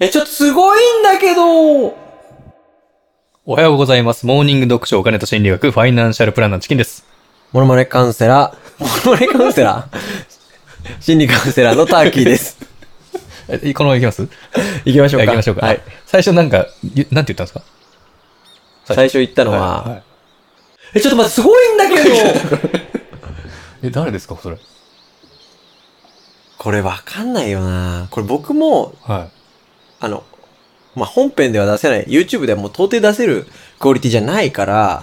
え、ちょっとすごいんだけどおはようございます。モーニング読書お金と心理学ファイナンシャルプランナーチキンです。モノマネカウンセラー、モノマネカウンセラー、 心理カウンセラーのターキーです。えこのまま行きます行きましょう行か。きましょうか。はい。。最初なんか、ゆなんて言ったんですか最初言ったのは、はいはいえ、ちょっと待って、すごいんだけどえ、誰ですかそれ。 これわかんないよなこれ僕も、はあの、まあ、本編では出せない、YouTube ではもう到底出せるクオリティじゃな いから、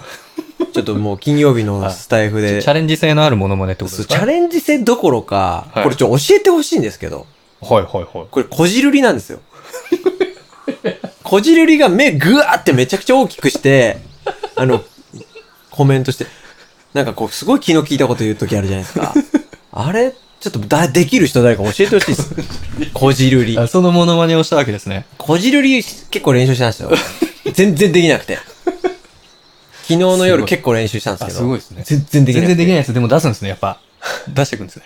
ちょっともう金曜日のスタイフい。で、チャレンジ性のあるモノマネってことそでうすチかャレンジ性どころか、はいこれちょっと教えてほしいんですけど、はいはいはい。これこじるりなんですよ。こじるりが目ぐわーってめちゃくちゃ大きくして、あの、コメントして、なんかこうすごい気の利いたこと言う時あるじゃないですか。あれちょっとだ、できる人誰か教えてほしいです。こじるり。あそのモノマネをしたわけですね。こじるり結構練習したんですよ。全然できなくて。昨日のすご夜い結構練習したんですけど。あすごいですね全然でき全なくて。然できないやつでも出すんですね、やっぱ。 出していくんですね。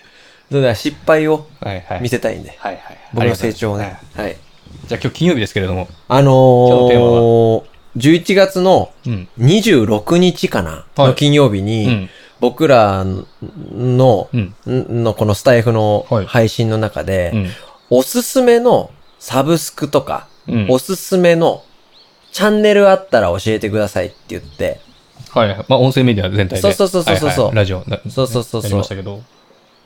だから失敗をはいはい。見せたいんで。はいはい。僕の成長をありねがとうございはま。い。す。じゃあ今日金曜日ですけれども。あの今日のテー、11月のうん。 26日かな、はいの金曜日うに、ん。僕らの、うん。んのこのスタイフのはい配信の中で、うん。おすすめのサブスクとか、うん。おすすめのチャンネルあったら教えてくださいって言って、はいはい。まあ、音声メディア全体で。そうそうそうそうそうはいはいラジオ。なそうそうそうそうやりましたけど。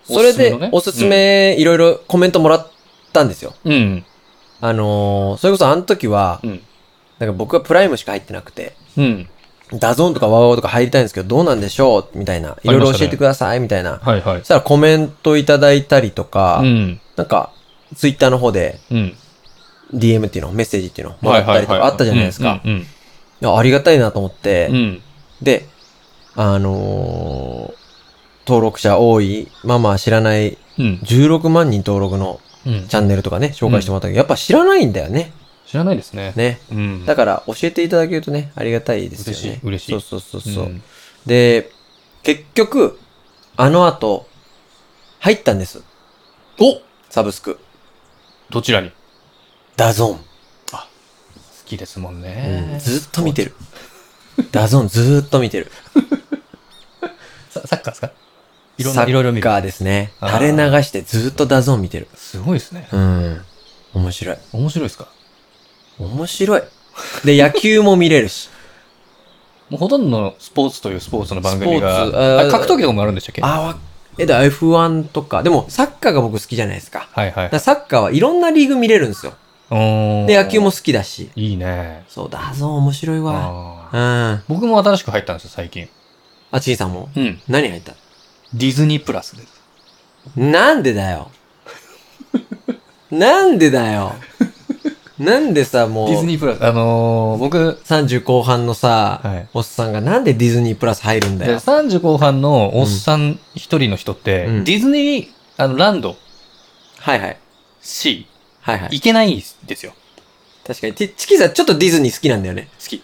それおすすめのねでおすすめいろいろコメントもらったんですよ。うん。あのーそれこそあの時は、うん。なんか僕はプライムしか入ってなくて、うん。ダゾーンとかワーワーとか入りたいんですけど、どうなんでしょうみたいな。いましたねろいろ教えてくださいみたいな。はいはいそし。たらコメントいただいたりとか、うん。なんか、ツイッターの方でうん。 DM っていうの、メッセージっていうの、もらったりとかあったじゃないですか。うん。いやありがたいなと思って、うんうん。で、あのー登録者多い、ママは知らないうん。 16万人登録のうんチ。ャンネルとかね、紹介してもらったけど、やっぱ知らないんだよね。知らないですね。ね。うん。だから、教えていただけるとね、ありがたいですよね。嬉しい嬉しいそうそうそうそう、んで、結局、あの後、入ったんです。おサブスク。どちらに好ダゾーン。きですもんうんね。ずっと見てる。ダゾーンずーっと見てる。さサッカーですかいろんな、いろいろ見サるッ。カーですね。あー垂れ流してずーっとダゾーン見てる。すごいですね。うん。面白い。面白いですか面白い。で、野球も見れる し。もうほとんどのスポーツというスポーツの番組スポーツあが、ーあ格闘技とかもあるんでしたっけはあわ、えだ、F1 とか。でも、サッカーが僕好きじゃないですか。いはだいから。サッカーはいろんなリーグ見れるんですよ。で、で野球も。好きだし。いいね。そう、ダゾーン面白いわ。あうん。ーあ、僕も新しく入ったんですよ、最近。ちいさんも。うん。何入ったディズニープラスです。なんでだよ。なんでだよ。なんでさ、もう。ディズニープラス。あのー、僕、 30後半のさ、はいおっさんがなんでディズニープラス入るんだでよ。 30後半のおっさん一人の人って、うんディズニー、あの、ランド、はいはい。 C、はいはい。行けないんですよ。確かに。てチキさんちょっとディズニー好きなんだよね。好き。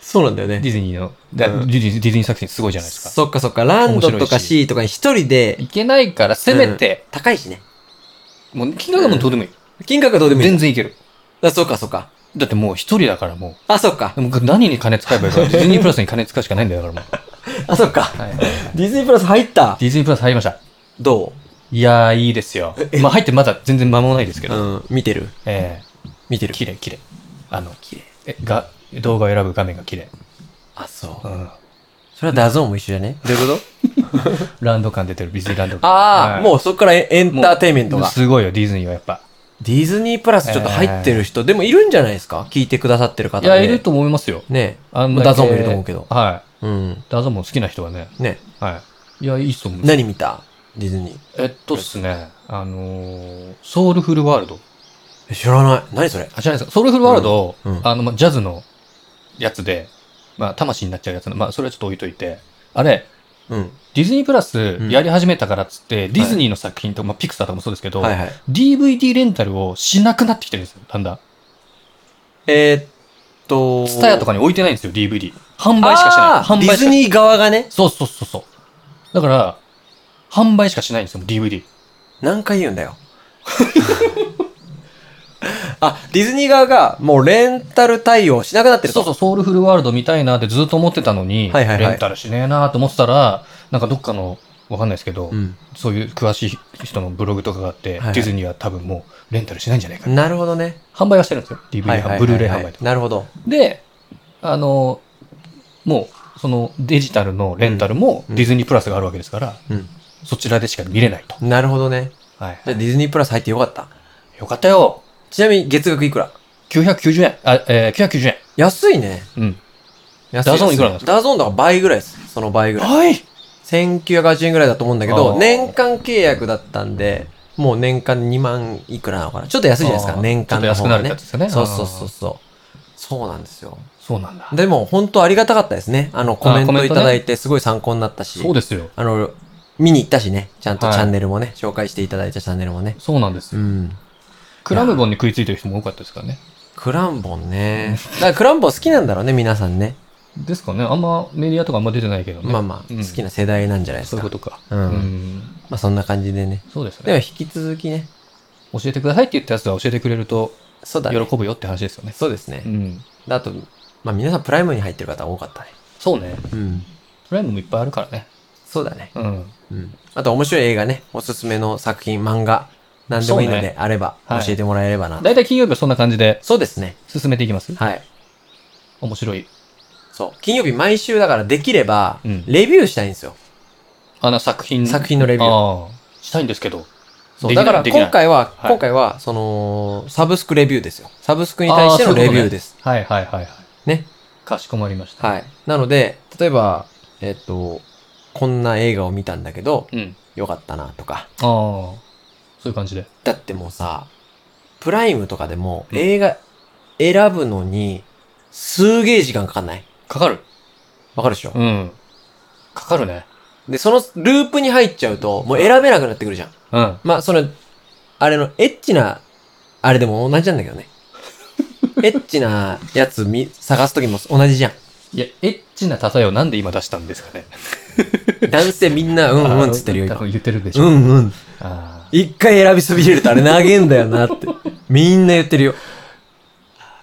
そうなんだよねディズニーの、だうんディズディズニー作品すごいじゃないですか。そっかそっか。ランドとか面白いし C とかに一人で、行けないから、せめて、高いしね。もう、金額はもうどうでもいい。金額はどうでもいい。全然行ける。あ、そっかそっか。だってもう一人だからもあ、そっかう、。でも何に金使えばい いか、ディズニープラスに金使うしかないんだよ、だからもあ、そっか。う。はい、ディズニープラス入った。ディズニープラス入りました。どいやー、いいですよ。まあ入ってまだ全然間もないですけうど。うん。見てるえ見てえる。綺麗綺麗。あの、綺麗。え、が、動画を選ぶ画面が綺麗。あ、そうう。ん。それはダゾーンも一緒じゃねどういうこランド感出てる、ディズニーランドと感。ああ、 はいもうそっからエエンターテインメントもうが。すごいよ、ディズニーはやっぱ。ディズニープラスちょっと入ってる人、でもいるんじゃないですか聞いてくださってる方いで。や、いると思いますよ。ねあんまだあけダゾーンもいると思うけど。はい。うん。ダゾーンも好きな人はね。ねはい。いや、いいと思う。何見たディズニー。えっとですね、あのー、ソウルフルワールド。え知らない。何それあ、知らないですか。ソウルフルワールド、うんうんあの、ま、ジャズのやつで、まあ、魂になっちゃうやつの、まあ、それはちょっと置いといて、あれ、うん。ディズニープラスんやり始めたからっつって、ディズニーの作品とか、まあ、ピクサーとかもそうですけど、はいはい。 DVD レンタルをしなくなってきてるんですよ、だんだん。えーっと、ツタヤとかかに置いてないんですよ、DVD。販売しかしない。デ販売しィかズニー側がね、そうそうそうそう。だから、販売しかしないんですよ、もう DVD。何回言うんだよ。 あ、ディズニー側がもうレンタル対応しなくなってるそと。うそう、ソウルフルワールド見たいなってずっと思ってたのに、はいはいはいレンタルしねえなと思ってたら、なんかどっかの、わかんないですけど、うん。そういう詳しい人のブログとかがあって、はいはいディズニーは多分もうレンタルしないんじゃないか。なるほどね。販売はしてるんですよ。DVD 販売、はいはいはいはいブルーレイ販売とか。なるほど。で、あの、もう、そのデジタルのレンタルもうんディズニープラスがあるわけですから、うん。そちらでしか見れないと。なるほどね。はいじゃあディズニープラス入ってよかった。よかったよちなみに月額いくら !990 円あ、えー、990円安いね。うん。安ダゾーンいくらなんですダゾーンとか倍ぐらいです。その倍ぐらい。はい1980円ぐらいだと思うんだけあど、ー年間契約だったんで、もう年間2万いくらなのかな。ちょっと安いじゃないですあーか、年間のち方ょっと安くながるね。やつですよねそうそうそうそう。そうなんですよ。そうなんだ。でも、本当ありがたかったですね。あの、コメンコトメいントたねだいて、すごい参考になったし。そうですよ。あの、見に行ったしね。ちゃんとはいチャンネルもね、紹介していただいたチャンネルもね。そうなんですうよ。ん。クラムボンに食いついてる人も多かったですからね。クランボンね。だからクランボン好きなんだろうね、皆さんね。ですかね。あんまメディアとかあんま出てないけどね。まあまあ、うん好きな世代なんじゃないですそうか。いうことか。うんんまあそんな感じでね。そうですでもね。引き続きね。教えてくださいって言ったやつは教えてくれるとそうだね。喜ぶよって話ですよね。そうですねう。ん。であと、まあ皆さんプライムに入ってる方多かったね。そうね。うん。プライムもいっぱいあるからね。そうだね。うん。うん。あと面白い映画ね。おすすめの作品、漫画、何でもいいのそうでねあれば、はい教えてもらえればな。だいたい金曜日はそんな感じでそうですね。進めていきます。はい。面白い。そう。金曜日毎週だからできればうん、レビューしたいんですよ。あの作品。作品のレビュー。ああ。したいんですけど。そう。できだないからできない今回は、はい今回は、その、サブスクレビューですよ。サブスクに対してのレビューです。ああ。そういうことねはいはいはいはい。ね。かしこまりました。はい。なので、例えば、えっと、こんな映画を見たんだけど、うん。よかったなとか。ああ。そういう感じで。だってもうさ、プライムとかでも映画選ぶのに、すげえ時間かかんないかかる。わかるでしょ、うん。かかるね。で、そのループに入っちゃうと、もう選べなくなってくるじゃん。うん。まあ、その、あれの、エッチな、あれでも同じなんだけど ね。エッチなやつ見、探すときも同じじゃん。いや、エッチな例えをなんで今出したんですかね。男性みんな、うんうんっつってるよ、多今。分言ってるでしうょ。んうん。ああ。一回選びそびれるとあれ投げんだよなって。みんな言ってるよ。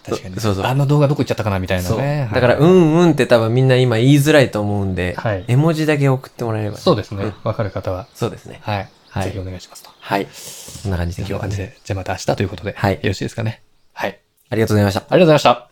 確かに。そうそうあの動画どこ行っちゃったかなみたいなそう。ね。だから、うはいんうんって多分みんな今言いづらいと思うんで、はい絵文字だけ送ってもらえれば、そうですねん。わかる方は。そうですね。はい。はいぜひお願いしますと。はい。そんな感じで今今日日ははね、ね。じゃあまた明日ということで。はいよろしいですかね。はい。ありがとうございました。ありがとうございました。